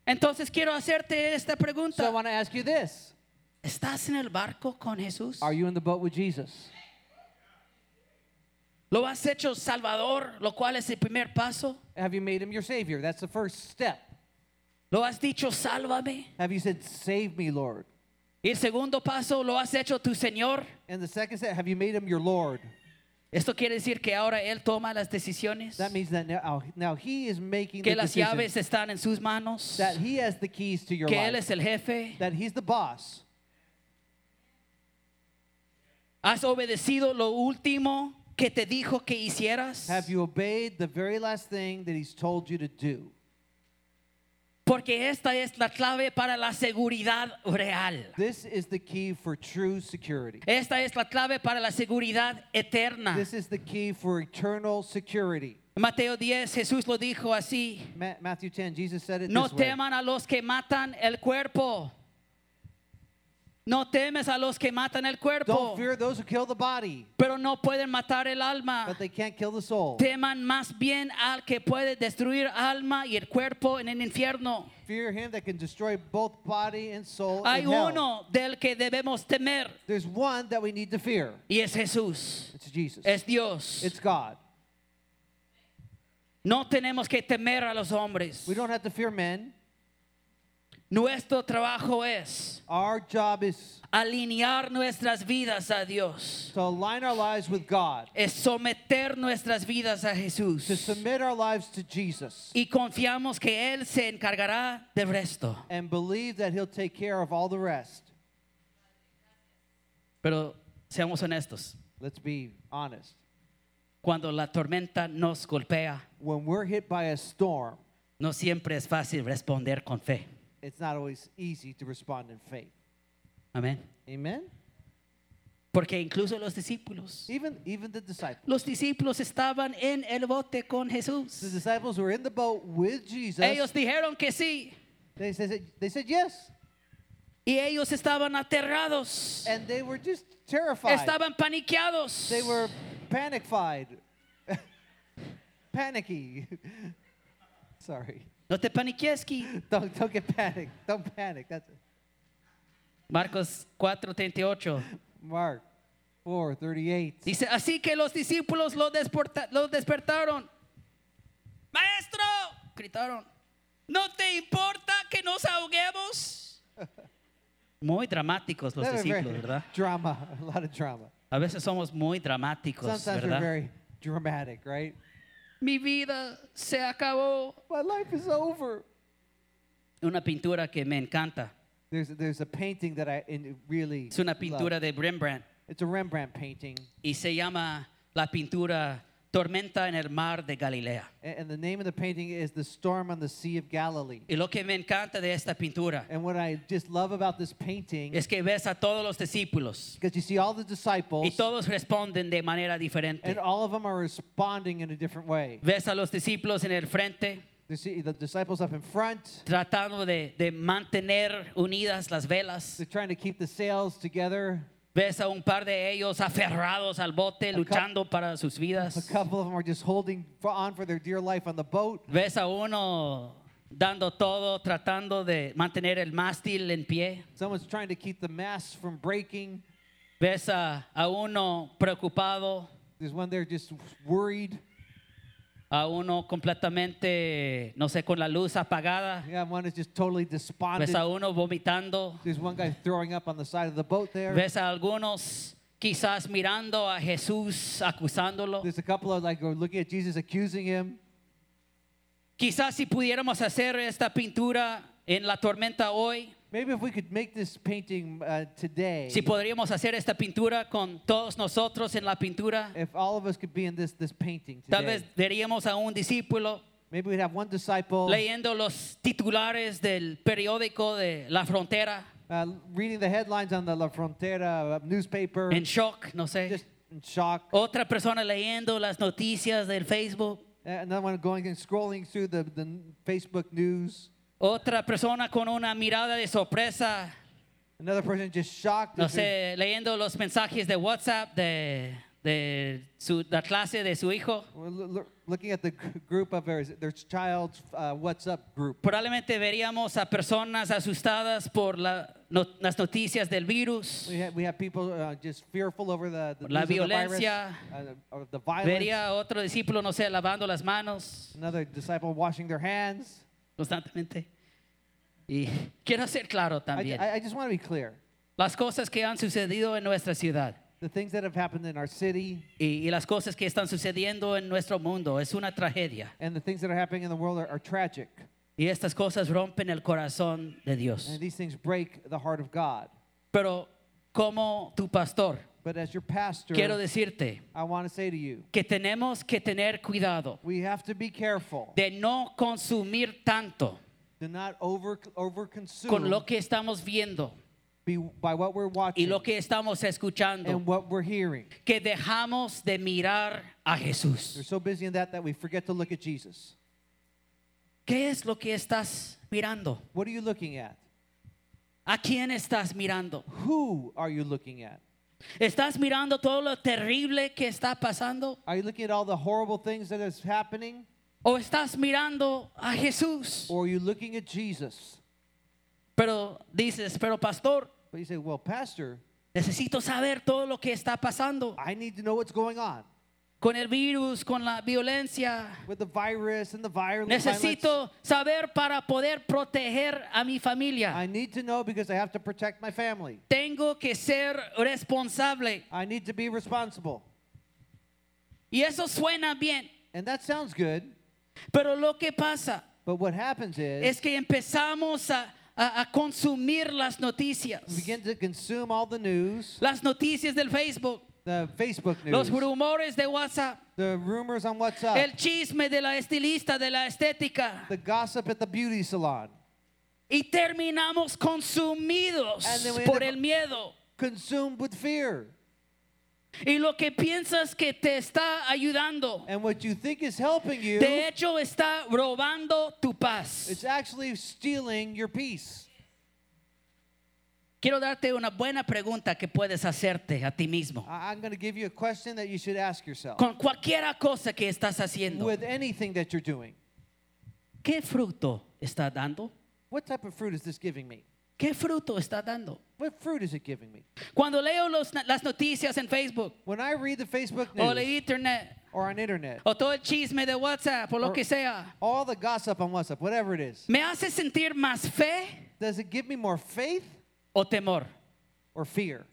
[SPEAKER 1] Entonces quiero hacerte esta
[SPEAKER 2] So I
[SPEAKER 1] pregunta.
[SPEAKER 2] want to ask you this.
[SPEAKER 1] ¿Estás en el barco con Jesús?
[SPEAKER 2] Are you in the boat with Jesus?
[SPEAKER 1] ¿Lo has hecho Salvador, lo cual es el primer paso?
[SPEAKER 2] Have you made him your savior? That's the first step.
[SPEAKER 1] ¿Lo has dicho sálvame?
[SPEAKER 2] Have you said, Save me, Lord?
[SPEAKER 1] Y el segundo paso, ¿lo has hecho tu Señor?
[SPEAKER 2] And the second step, have you made him your Lord?
[SPEAKER 1] Esto quiere decir que ahora Él toma las decisiones,
[SPEAKER 2] That means that now, oh, now he is making
[SPEAKER 1] que
[SPEAKER 2] the
[SPEAKER 1] las
[SPEAKER 2] decision
[SPEAKER 1] llaves están en sus manos,
[SPEAKER 2] that he has the keys to your
[SPEAKER 1] que Él
[SPEAKER 2] life,
[SPEAKER 1] es el jefe.
[SPEAKER 2] that he's the boss.
[SPEAKER 1] ¿Has obedecido lo último que te dijo que hicieras?
[SPEAKER 2] Have you obeyed the very last thing that he's told you to do?
[SPEAKER 1] Porque esta es la clave para la seguridad real.
[SPEAKER 2] This is the key for true security.
[SPEAKER 1] Esta es la clave para la seguridad eterna.
[SPEAKER 2] This is the key for eternal security.
[SPEAKER 1] Mateo 10, Jesús lo dijo así.
[SPEAKER 2] Ma- Matthew 10, Jesus said it
[SPEAKER 1] No
[SPEAKER 2] this way.
[SPEAKER 1] teman a los que matan el cuerpo. No temes a los que matan el cuerpo,
[SPEAKER 2] Don't fear those who kill the body,
[SPEAKER 1] pero no pueden matar el alma.
[SPEAKER 2] but they can't kill the soul.
[SPEAKER 1] Teman más bien al que puede destruir alma y el cuerpo en el infierno.
[SPEAKER 2] Fear him that can destroy both body and soul
[SPEAKER 1] Hay
[SPEAKER 2] in hell.
[SPEAKER 1] uno del que debemos temer
[SPEAKER 2] There's one that we need to fear.
[SPEAKER 1] y es Jesús.
[SPEAKER 2] It's Jesus.
[SPEAKER 1] Es Dios.
[SPEAKER 2] It's God.
[SPEAKER 1] No tenemos que temer a los hombres.
[SPEAKER 2] We don't have to fear men.
[SPEAKER 1] Nuestro trabajo es
[SPEAKER 2] Our job is
[SPEAKER 1] alinear nuestras vidas a Dios.
[SPEAKER 2] to align our lives with God,
[SPEAKER 1] Es someter nuestras vidas a
[SPEAKER 2] to
[SPEAKER 1] Jesús.
[SPEAKER 2] submit our lives to Jesus,
[SPEAKER 1] y confiamos que Él se encargará del resto.
[SPEAKER 2] and believe that He'll take care of all the rest.
[SPEAKER 1] Pero seamos honestos,
[SPEAKER 2] Let's be honest.
[SPEAKER 1] cuando la tormenta nos golpea,
[SPEAKER 2] When we're hit by a storm,
[SPEAKER 1] no siempre es fácil responder con fe.
[SPEAKER 2] it's not always easy to respond in faith.
[SPEAKER 1] Amén.
[SPEAKER 2] Amen?
[SPEAKER 1] Porque incluso los discípulos,
[SPEAKER 2] Even, even the disciples.
[SPEAKER 1] los discípulos estaban en el bote con
[SPEAKER 2] The
[SPEAKER 1] Jesús.
[SPEAKER 2] disciples were in the boat with Jesus.
[SPEAKER 1] Ellos dijeron que sí,
[SPEAKER 2] They said, they said yes.
[SPEAKER 1] Y ellos estaban aterrados.
[SPEAKER 2] and they were just terrified.
[SPEAKER 1] Estaban paniqueados.
[SPEAKER 2] They were panic-fied. Panicky. Sorry.
[SPEAKER 1] No te paniques, Ki.
[SPEAKER 2] Don't, don't get panicked. Don't panic. That's it.
[SPEAKER 1] Marcos 4:38.
[SPEAKER 2] Mark 4:38.
[SPEAKER 1] Dice, así que los discípulos lo, desporta- lo despertaron. Maestro, gritaron, ¿no te importa que nos ahoguemos? Muy dramáticos los
[SPEAKER 2] They were very
[SPEAKER 1] discípulos, ¿verdad?
[SPEAKER 2] Drama, a lot of drama.
[SPEAKER 1] A veces somos muy dramáticos,
[SPEAKER 2] Sometimes we're
[SPEAKER 1] ¿verdad?
[SPEAKER 2] very dramatic, right?
[SPEAKER 1] Mi vida se acabó.
[SPEAKER 2] My life is over.
[SPEAKER 1] Una pintura que me encanta.
[SPEAKER 2] There's there's a painting that I in, really
[SPEAKER 1] Es una
[SPEAKER 2] love.
[SPEAKER 1] pintura de Rembrandt
[SPEAKER 2] It's a Rembrandt painting,
[SPEAKER 1] y se llama la pintura Tormenta en el mar de Galilea.
[SPEAKER 2] a- and the name of the painting is "The Storm on the Sea of Galilee."
[SPEAKER 1] Y lo que me encanta de esta pintura
[SPEAKER 2] And what I just love about this painting
[SPEAKER 1] es que ves a todos los discípulos
[SPEAKER 2] because you see all the
[SPEAKER 1] Y
[SPEAKER 2] disciples,
[SPEAKER 1] todos responden de manera
[SPEAKER 2] and
[SPEAKER 1] diferente.
[SPEAKER 2] all of them are responding in a different way.
[SPEAKER 1] Ves a los discípulos en el frente
[SPEAKER 2] You see the disciples up in front;
[SPEAKER 1] tratando de, de mantener unidas las velas.
[SPEAKER 2] they're trying to keep the sails together.
[SPEAKER 1] Ves a un par de ellos aferrados al bote,
[SPEAKER 2] cou-
[SPEAKER 1] luchando para sus
[SPEAKER 2] A
[SPEAKER 1] vidas.
[SPEAKER 2] couple of them are just holding for, on for their dear life on the boat.
[SPEAKER 1] Ves a uno dando todo, tratando de mantener el mástil en pie.
[SPEAKER 2] Someone's trying to keep the mast from breaking.
[SPEAKER 1] Ves a, a uno preocupado,
[SPEAKER 2] There's one there just worried.
[SPEAKER 1] a uno completamente, no sé, con la luz apagada.
[SPEAKER 2] Yeah, one is just totally
[SPEAKER 1] Ves
[SPEAKER 2] despondent.
[SPEAKER 1] a uno vomitando.
[SPEAKER 2] There's one guy throwing up on the side of the boat there.
[SPEAKER 1] Ves a algunos quizás mirando a Jesús, acusándolo.
[SPEAKER 2] There's a couple of like are looking at Jesus, accusing him.
[SPEAKER 1] Quizás si pudiéramos hacer esta pintura en la tormenta hoy,
[SPEAKER 2] Maybe if we could make this painting uh, today,
[SPEAKER 1] si podríamos hacer esta pintura con todos nosotros en la pintura,
[SPEAKER 2] if all of us could be in this this painting
[SPEAKER 1] tal
[SPEAKER 2] today,
[SPEAKER 1] vez veríamos a un discípulo
[SPEAKER 2] maybe we'd have one disciple
[SPEAKER 1] leyendo los titulares del periódico de La Frontera,
[SPEAKER 2] uh, reading the headlines on the La Frontera uh, newspaper,
[SPEAKER 1] en shock, no
[SPEAKER 2] just
[SPEAKER 1] sé.
[SPEAKER 2] in shock.
[SPEAKER 1] Otra persona leyendo las noticias del Facebook.
[SPEAKER 2] Uh, Another one going and scrolling through the, the Facebook news.
[SPEAKER 1] Otra persona con una mirada de sorpresa
[SPEAKER 2] Another person just shocked.
[SPEAKER 1] no
[SPEAKER 2] This is-
[SPEAKER 1] sé, leyendo los mensajes de WhatsApp de, de su- la clase de su hijo,
[SPEAKER 2] We're loo- loo- looking at the gr- group of their, their child's uh, what's up group.
[SPEAKER 1] probablemente veríamos a personas asustadas por la- no- las noticias del virus.
[SPEAKER 2] We have, we have people uh, just fearful over the, the
[SPEAKER 1] La
[SPEAKER 2] news of the
[SPEAKER 1] violencia.
[SPEAKER 2] virus, uh, or the violence.
[SPEAKER 1] Vería a otro discípulo, no sé, lavando las manos
[SPEAKER 2] Another disciple washing their hands.
[SPEAKER 1] constantemente. Y quiero ser claro
[SPEAKER 2] I,
[SPEAKER 1] también,
[SPEAKER 2] I- I just want to be clear.
[SPEAKER 1] las cosas que han sucedido en nuestra ciudad
[SPEAKER 2] The things that have happened in our city
[SPEAKER 1] y, y las cosas que están sucediendo en nuestro mundo es una tragedia.
[SPEAKER 2] and the things that are happening in the world are, are tragic.
[SPEAKER 1] Y estas cosas rompen el corazón de Dios.
[SPEAKER 2] And these things break the heart of God.
[SPEAKER 1] Pero como tu pastor,
[SPEAKER 2] But as your pastor,
[SPEAKER 1] Quiero decirte
[SPEAKER 2] I want to say to you,
[SPEAKER 1] que tenemos que tener cuidado
[SPEAKER 2] we have to be careful
[SPEAKER 1] de no consumir tanto
[SPEAKER 2] to not over overconsume
[SPEAKER 1] con lo que estamos viendo
[SPEAKER 2] be, by what we're
[SPEAKER 1] y
[SPEAKER 2] watching
[SPEAKER 1] lo que estamos
[SPEAKER 2] and
[SPEAKER 1] escuchando,
[SPEAKER 2] what we're hearing.
[SPEAKER 1] que dejamos de mirar a
[SPEAKER 2] We're
[SPEAKER 1] Jesús.
[SPEAKER 2] so busy in that that we forget to look at Jesus.
[SPEAKER 1] ¿Qué es lo que estás mirando?
[SPEAKER 2] What are you looking at?
[SPEAKER 1] ¿A quién estás mirando?
[SPEAKER 2] Who are you looking at?
[SPEAKER 1] ¿Estás mirando todo lo terrible que está pasando?
[SPEAKER 2] Are you looking at all the horrible things that is happening?
[SPEAKER 1] ¿O estás mirando a Jesús?
[SPEAKER 2] Or are you looking at Jesus?
[SPEAKER 1] Pero dices, pero pastor,
[SPEAKER 2] But you say, well, Pastor,
[SPEAKER 1] necesito saber todo lo que está pasando
[SPEAKER 2] I need to know what's going on
[SPEAKER 1] con el virus, con la violencia,
[SPEAKER 2] with the virus and the virus.
[SPEAKER 1] Necesito saber para poder proteger a mi
[SPEAKER 2] I
[SPEAKER 1] familia.
[SPEAKER 2] need to know because I have to protect my family.
[SPEAKER 1] Tengo que ser responsable.
[SPEAKER 2] I need to be responsible.
[SPEAKER 1] Y eso suena bien.
[SPEAKER 2] And that sounds good,
[SPEAKER 1] Pero lo que pasa
[SPEAKER 2] but what happens is
[SPEAKER 1] es que empezamos a, a- a consumir las noticias.
[SPEAKER 2] we begin to consume all the news,
[SPEAKER 1] Las noticias del Facebook,
[SPEAKER 2] the Facebook
[SPEAKER 1] los
[SPEAKER 2] news,
[SPEAKER 1] rumores de WhatsApp,
[SPEAKER 2] the rumors on what's up,
[SPEAKER 1] el chisme de la estilista, de la estética.
[SPEAKER 2] the gossip at the beauty salon.
[SPEAKER 1] Y terminamos consumidos
[SPEAKER 2] And then we end
[SPEAKER 1] por
[SPEAKER 2] up-
[SPEAKER 1] el miedo.
[SPEAKER 2] consumed with fear.
[SPEAKER 1] Y lo que piensas que te está ayudando.
[SPEAKER 2] And what you think is helping you,
[SPEAKER 1] De hecho, está robando tu paz.
[SPEAKER 2] it's actually stealing your peace.
[SPEAKER 1] Quiero darte una buena pregunta que puedes hacerte a ti mismo.
[SPEAKER 2] I- I'm going to give you a question that you should ask yourself
[SPEAKER 1] Con cualquiera cosa que estás haciendo,
[SPEAKER 2] with anything that you're doing.
[SPEAKER 1] ¿qué fruto está dando?
[SPEAKER 2] What type of fruit is this giving me?
[SPEAKER 1] ¿Qué fruto está dando?
[SPEAKER 2] What fruit is it giving me?
[SPEAKER 1] Cuando leo los- las noticias en Facebook
[SPEAKER 2] When I read the Facebook
[SPEAKER 1] o la
[SPEAKER 2] news
[SPEAKER 1] internet
[SPEAKER 2] or on internet,
[SPEAKER 1] o todo el chisme de WhatsApp o lo
[SPEAKER 2] Or-
[SPEAKER 1] que sea,
[SPEAKER 2] all the gossip on WhatsApp, whatever it is,
[SPEAKER 1] ¿me hace sentir más fe
[SPEAKER 2] does it give me more faith
[SPEAKER 1] o temor?
[SPEAKER 2] or fear?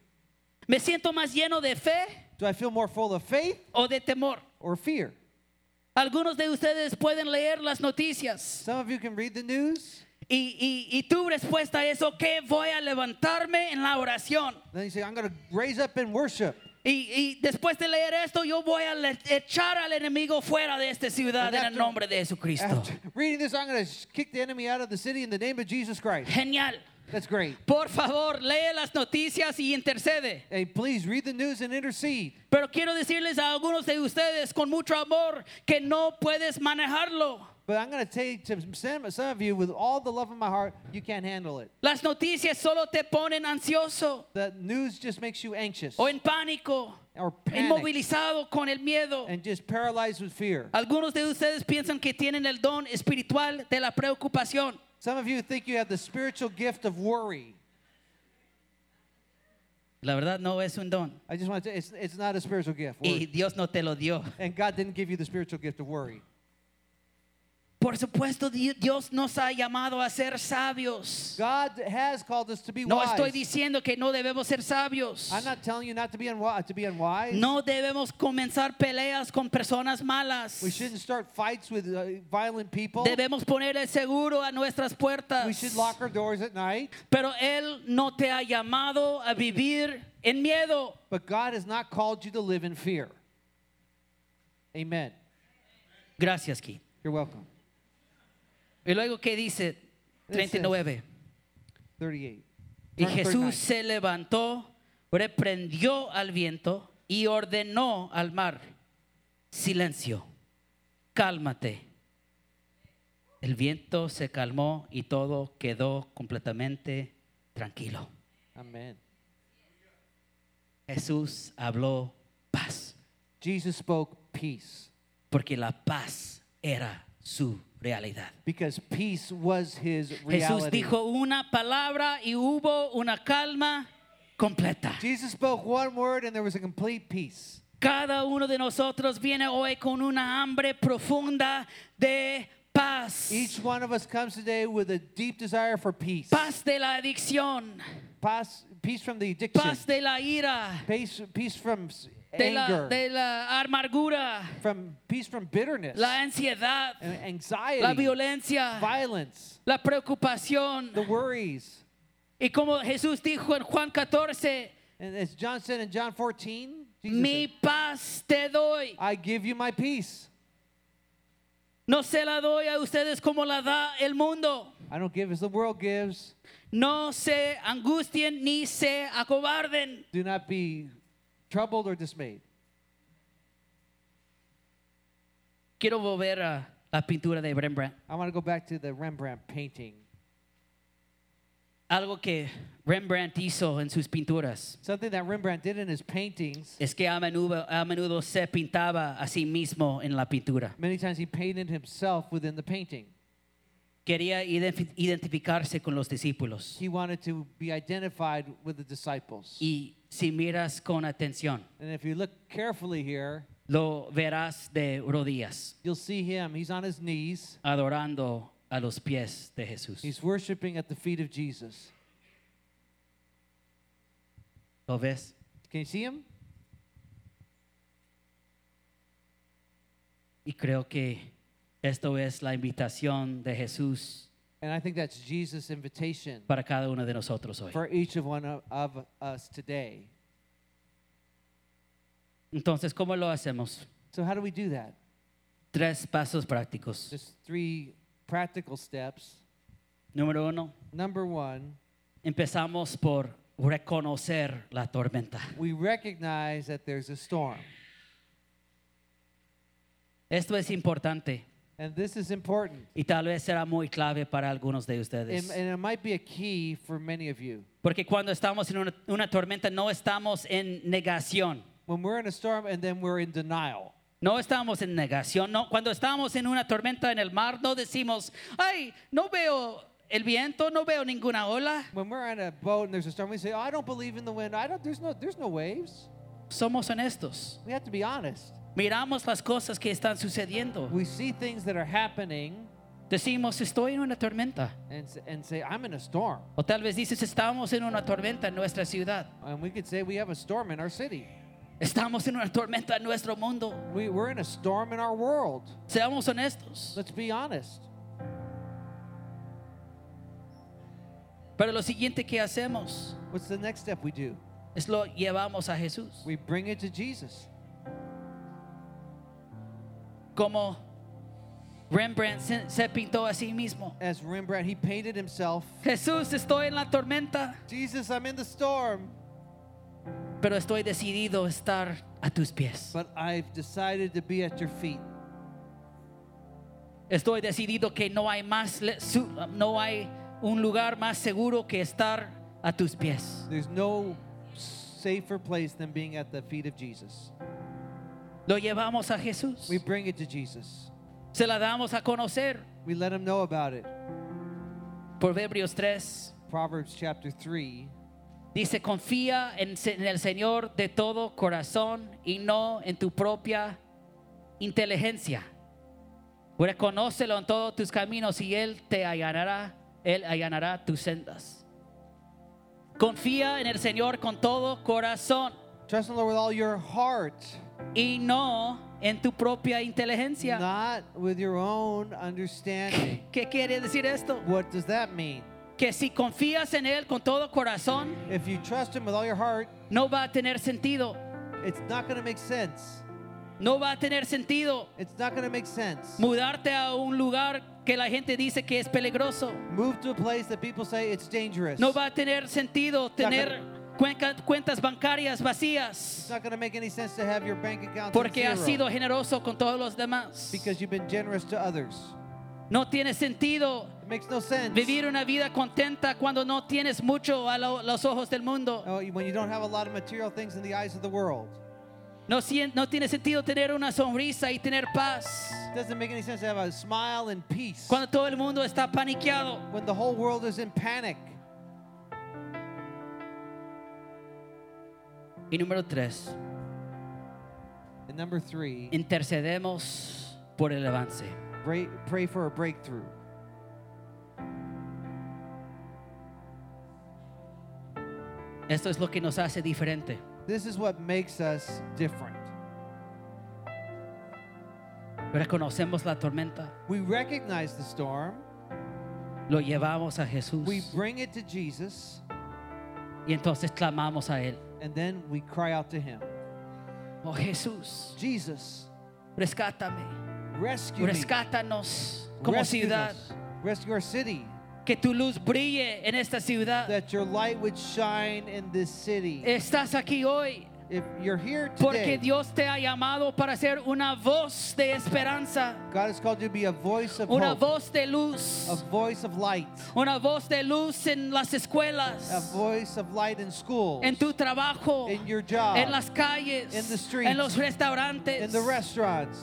[SPEAKER 1] ¿Me siento más lleno de fe
[SPEAKER 2] Do I feel more full of faith
[SPEAKER 1] o de temor?
[SPEAKER 2] or fear?
[SPEAKER 1] Algunos de ustedes pueden leer las noticias
[SPEAKER 2] Some of you can read the news,
[SPEAKER 1] y, y- y tu respuesta es, ok, voy a levantarme en la oración.
[SPEAKER 2] then you say, I'm going to raise up in worship.
[SPEAKER 1] Y, y después de leer esto, yo voy a le- echar al enemigo fuera de esta ciudad
[SPEAKER 2] And
[SPEAKER 1] en el
[SPEAKER 2] after-
[SPEAKER 1] nombre de Jesucristo.
[SPEAKER 2] After reading this, I'm going to kick the enemy out of the city in the name of Jesus Christ.
[SPEAKER 1] Genial.
[SPEAKER 2] That's great.
[SPEAKER 1] Por favor, lee las noticias y intercede.
[SPEAKER 2] Hey, please read the news and intercede.
[SPEAKER 1] Pero quiero decirles a algunos de ustedes con mucho amor que no puedes manejarlo.
[SPEAKER 2] But I'm going to take to some, some of you with all the love of my heart, you can't handle it.
[SPEAKER 1] Las noticias solo te ponen ansioso
[SPEAKER 2] The news just makes you anxious
[SPEAKER 1] o en pánico,
[SPEAKER 2] or panic
[SPEAKER 1] inmovilizado con el miedo.
[SPEAKER 2] and just paralyzed with fear.
[SPEAKER 1] Algunos de ustedes piensan que tienen el don espiritual de la preocupación.
[SPEAKER 2] Some of you think you have the spiritual gift of worry.
[SPEAKER 1] La verdad no es un don.
[SPEAKER 2] I just want to say it's, it's not a spiritual gift.
[SPEAKER 1] Y
[SPEAKER 2] Worry.
[SPEAKER 1] Dios no te lo dio.
[SPEAKER 2] And God didn't give you the spiritual gift of worry.
[SPEAKER 1] Por supuesto, Di- Dios nos ha llamado a ser sabios.
[SPEAKER 2] God has called us to be
[SPEAKER 1] No
[SPEAKER 2] wise.
[SPEAKER 1] estoy diciendo que no debemos ser sabios.
[SPEAKER 2] I'm not telling you not to be unwise. To be unwise.
[SPEAKER 1] No debemos comenzar peleas con personas malas.
[SPEAKER 2] We shouldn't start fights with uh, violent people.
[SPEAKER 1] Debemos poner el seguro a nuestras puertas.
[SPEAKER 2] We should lock our doors at night.
[SPEAKER 1] Pero Él no te ha llamado a vivir en miedo.
[SPEAKER 2] But God has not called you to live in fear. Amen.
[SPEAKER 1] Gracias, Keith.
[SPEAKER 2] You're welcome.
[SPEAKER 1] Y luego, ¿qué dice? 39.
[SPEAKER 2] 38.
[SPEAKER 1] Y
[SPEAKER 2] Verse 39.
[SPEAKER 1] Jesús se levantó, reprendió al viento y ordenó al mar, silencio, cálmate. El viento se calmó y todo quedó completamente tranquilo.
[SPEAKER 2] Amen.
[SPEAKER 1] Jesús habló paz,
[SPEAKER 2] Jesus spoke peace
[SPEAKER 1] porque la paz era su realidad.
[SPEAKER 2] because peace was his
[SPEAKER 1] Jesús
[SPEAKER 2] reality.
[SPEAKER 1] dijo una palabra y hubo una calma completa.
[SPEAKER 2] Jesus spoke one word and there was a complete peace.
[SPEAKER 1] Cada uno de nosotros viene hoy con una hambre profunda de paz.
[SPEAKER 2] Each one of us comes today with a deep desire for peace.
[SPEAKER 1] Paz de la adicción,
[SPEAKER 2] Paz- peace from the addiction.
[SPEAKER 1] paz de la ira,
[SPEAKER 2] Peace, peace from s-
[SPEAKER 1] de la,
[SPEAKER 2] anger.
[SPEAKER 1] de la amargura,
[SPEAKER 2] from peace from bitterness.
[SPEAKER 1] la ansiedad,
[SPEAKER 2] and anxiety.
[SPEAKER 1] la violencia,
[SPEAKER 2] violence.
[SPEAKER 1] la preocupación.
[SPEAKER 2] The worries.
[SPEAKER 1] Y como Jesús dijo en Juan 14,
[SPEAKER 2] And as John said in John 14, Jesus
[SPEAKER 1] mi
[SPEAKER 2] said,
[SPEAKER 1] paz te doy,
[SPEAKER 2] I give you my peace.
[SPEAKER 1] no se la doy a ustedes como la da el mundo.
[SPEAKER 2] I don't give as the world gives.
[SPEAKER 1] No se angustien ni se acobarden.
[SPEAKER 2] Do not be troubled or dismayed.
[SPEAKER 1] Quiero volver a la pintura de Rembrandt.
[SPEAKER 2] I want to go back to the Rembrandt painting.
[SPEAKER 1] Algo que Rembrandt hizo en sus pinturas
[SPEAKER 2] Something that Rembrandt did in his paintings,
[SPEAKER 1] es que a menudo, a menudo se pintaba a sí mismo en la pintura.
[SPEAKER 2] many times he painted himself within the painting.
[SPEAKER 1] Quería identif- identificarse con los discípulos.
[SPEAKER 2] He wanted to be identified with the disciples.
[SPEAKER 1] Y si miras con atención,
[SPEAKER 2] And if you look carefully here,
[SPEAKER 1] lo verás de rodillas,
[SPEAKER 2] you'll see him. He's on his knees,
[SPEAKER 1] adorando a los pies de Jesús.
[SPEAKER 2] he's worshiping at the feet of Jesus.
[SPEAKER 1] ¿Lo ves?
[SPEAKER 2] Can you see him?
[SPEAKER 1] Y creo que esto es la invitación de Jesús
[SPEAKER 2] And I think that's Jesus' invitation
[SPEAKER 1] para cada uno de nosotros hoy.
[SPEAKER 2] for each of one of, of us today.
[SPEAKER 1] Entonces, ¿cómo lo hacemos?
[SPEAKER 2] So how do we do that?
[SPEAKER 1] Tres pasos prácticos.
[SPEAKER 2] Just three practical steps.
[SPEAKER 1] Número uno,
[SPEAKER 2] Number one,
[SPEAKER 1] empezamos por reconocer la tormenta.
[SPEAKER 2] we recognize that there's a storm.
[SPEAKER 1] Esto es importante
[SPEAKER 2] And this is important.
[SPEAKER 1] Y tal vez será muy clave para algunos de
[SPEAKER 2] And,
[SPEAKER 1] ustedes.
[SPEAKER 2] and it might be a key for many of you.
[SPEAKER 1] Porque cuando estamos en una, una tormenta no estamos en negación.
[SPEAKER 2] When we're in a storm and then we're in denial.
[SPEAKER 1] No estamos en negación. No. Cuando estamos en una tormenta en el mar no decimos, ay, no veo el viento, no veo ninguna ola.
[SPEAKER 2] When we're on a boat and there's a storm, we say, "Oh, I don't believe in the wind. I don't. There's no. There's no waves."
[SPEAKER 1] Somos honestos.
[SPEAKER 2] We have to be honest.
[SPEAKER 1] Miramos las cosas que están sucediendo.
[SPEAKER 2] We see things that are happening
[SPEAKER 1] Decimos, estoy en una tormenta.
[SPEAKER 2] and s- and say, "I'm in a storm."
[SPEAKER 1] O tal vez dices, estamos en una tormenta en nuestra ciudad.
[SPEAKER 2] And we could say we have a storm in our city.
[SPEAKER 1] Estamos en una tormenta en nuestro mundo.
[SPEAKER 2] We, we're in a storm in our world.
[SPEAKER 1] Seamos honestos.
[SPEAKER 2] Let's be honest.
[SPEAKER 1] Pero lo siguiente que hacemos
[SPEAKER 2] What's the next step we do?
[SPEAKER 1] es lo llevamos a Jesús.
[SPEAKER 2] We bring it to Jesus.
[SPEAKER 1] Como Rembrandt se, se pintó a sí mismo.
[SPEAKER 2] As Rembrandt, he painted himself.
[SPEAKER 1] Jesús, estoy en la tormenta,
[SPEAKER 2] Jesus, I'm in the storm,
[SPEAKER 1] pero estoy decidido a estar a tus pies.
[SPEAKER 2] but I've decided to be at your feet.
[SPEAKER 1] Estoy decidido que no hay más, le- su- no hay un lugar más seguro que estar a tus pies.
[SPEAKER 2] There's no safer place than being at the feet of Jesus.
[SPEAKER 1] Lo llevamos a Jesús.
[SPEAKER 2] We bring it to Jesus.
[SPEAKER 1] Se la damos a conocer.
[SPEAKER 2] We let him know about it.
[SPEAKER 1] Proverbios 3
[SPEAKER 2] Proverbs chapter 3
[SPEAKER 1] dice, confía en, se- en el Señor de todo corazón y no en tu propia inteligencia. Reconócelo en todos tus caminos y Él te allanará, Él allanará tus sendas. Confía en el Señor con todo corazón
[SPEAKER 2] Trust in the Lord with all your heart,
[SPEAKER 1] y no en tu propia inteligencia.
[SPEAKER 2] not with your own understanding.
[SPEAKER 1] ¿Qué quiere decir esto?
[SPEAKER 2] What does that mean?
[SPEAKER 1] Que si confías en Él con todo corazón,
[SPEAKER 2] If you trust him with all your heart,
[SPEAKER 1] no va a tener sentido.
[SPEAKER 2] it's not going to make sense.
[SPEAKER 1] No va a tener sentido
[SPEAKER 2] It's not going to make sense.
[SPEAKER 1] mudarte a un lugar que la gente dice que es peligroso.
[SPEAKER 2] Move to a place that people say it's dangerous.
[SPEAKER 1] No va a tener sentido tener cuenca- cuentas bancarias
[SPEAKER 2] It's
[SPEAKER 1] vacías
[SPEAKER 2] not going to make any sense to have your bank account
[SPEAKER 1] porque has sido generoso con todos los demás.
[SPEAKER 2] because you've been generous to others.
[SPEAKER 1] No tiene sentido
[SPEAKER 2] It makes no sense.
[SPEAKER 1] vivir una vida contenta cuando no tienes mucho a lo- los ojos del mundo.
[SPEAKER 2] Oh, you- when you don't have a lot of material things in the eyes of the world.
[SPEAKER 1] No, sien- no tiene sentido tener una sonrisa y tener paz
[SPEAKER 2] It doesn't make any sense to have a smile and peace
[SPEAKER 1] cuando todo el mundo está paniqueado.
[SPEAKER 2] when the whole world is in panic.
[SPEAKER 1] Y número tres,
[SPEAKER 2] And number three,
[SPEAKER 1] intercedemos por el avance.
[SPEAKER 2] pray, pray for a breakthrough.
[SPEAKER 1] Esto es lo que nos hace diferente.
[SPEAKER 2] This is what makes us different.
[SPEAKER 1] Reconocemos la tormenta,
[SPEAKER 2] We recognize the storm.
[SPEAKER 1] lo llevamos a Jesús
[SPEAKER 2] We bring it to Jesus,
[SPEAKER 1] y entonces clamamos a Él.
[SPEAKER 2] and then we cry out to Him.
[SPEAKER 1] Oh Jesús,
[SPEAKER 2] Jesus,
[SPEAKER 1] rescátame,
[SPEAKER 2] rescue me.
[SPEAKER 1] rescátanos como
[SPEAKER 2] rescue
[SPEAKER 1] ciudad.
[SPEAKER 2] us. Rescue our city.
[SPEAKER 1] Que tu luz brille en esta ciudad.
[SPEAKER 2] That your light would shine in this city.
[SPEAKER 1] Estás aquí hoy
[SPEAKER 2] if you're here
[SPEAKER 1] Eh. porque
[SPEAKER 2] today,
[SPEAKER 1] Dios te ha llamado para ser una voz de esperanza,
[SPEAKER 2] God has called you to be a voice of
[SPEAKER 1] una
[SPEAKER 2] hope,
[SPEAKER 1] voz de luz,
[SPEAKER 2] a voice of light,
[SPEAKER 1] una voz de luz en las
[SPEAKER 2] a
[SPEAKER 1] escuelas,
[SPEAKER 2] voice of light in schools,
[SPEAKER 1] en tu trabajo,
[SPEAKER 2] in your job,
[SPEAKER 1] en las calles,
[SPEAKER 2] in the streets,
[SPEAKER 1] en los restaurantes.
[SPEAKER 2] in the restaurants.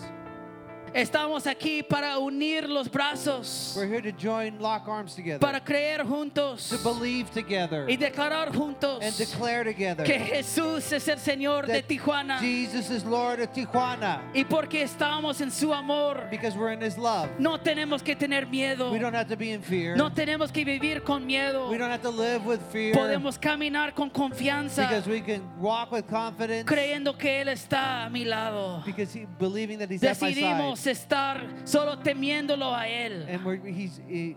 [SPEAKER 1] Estamos aquí para unir los brazos,
[SPEAKER 2] We're here to join, lock arms together,
[SPEAKER 1] para creer juntos
[SPEAKER 2] to believe together,
[SPEAKER 1] y declarar juntos
[SPEAKER 2] and declare together
[SPEAKER 1] que Jesús es el Señor de
[SPEAKER 2] that
[SPEAKER 1] Tijuana.
[SPEAKER 2] Jesus is Lord of Tijuana
[SPEAKER 1] Y porque estamos en su amor,
[SPEAKER 2] because we're in His love.
[SPEAKER 1] no tenemos que tener miedo,
[SPEAKER 2] We don't have to be in fear.
[SPEAKER 1] no tenemos que vivir con miedo,
[SPEAKER 2] we don't have to live with fear
[SPEAKER 1] podemos caminar con confianza,
[SPEAKER 2] because we can walk with confidence
[SPEAKER 1] creyendo que Él está a mi lado.
[SPEAKER 2] because he, believing that He's at my side.
[SPEAKER 1] Decidimos estar solo temiéndolo a Él,
[SPEAKER 2] and we're, he's, he's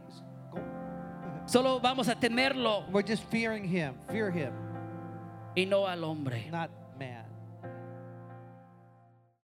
[SPEAKER 1] solo vamos a temerlo
[SPEAKER 2] we're just fearing him fear him
[SPEAKER 1] y no al hombre.
[SPEAKER 2] not man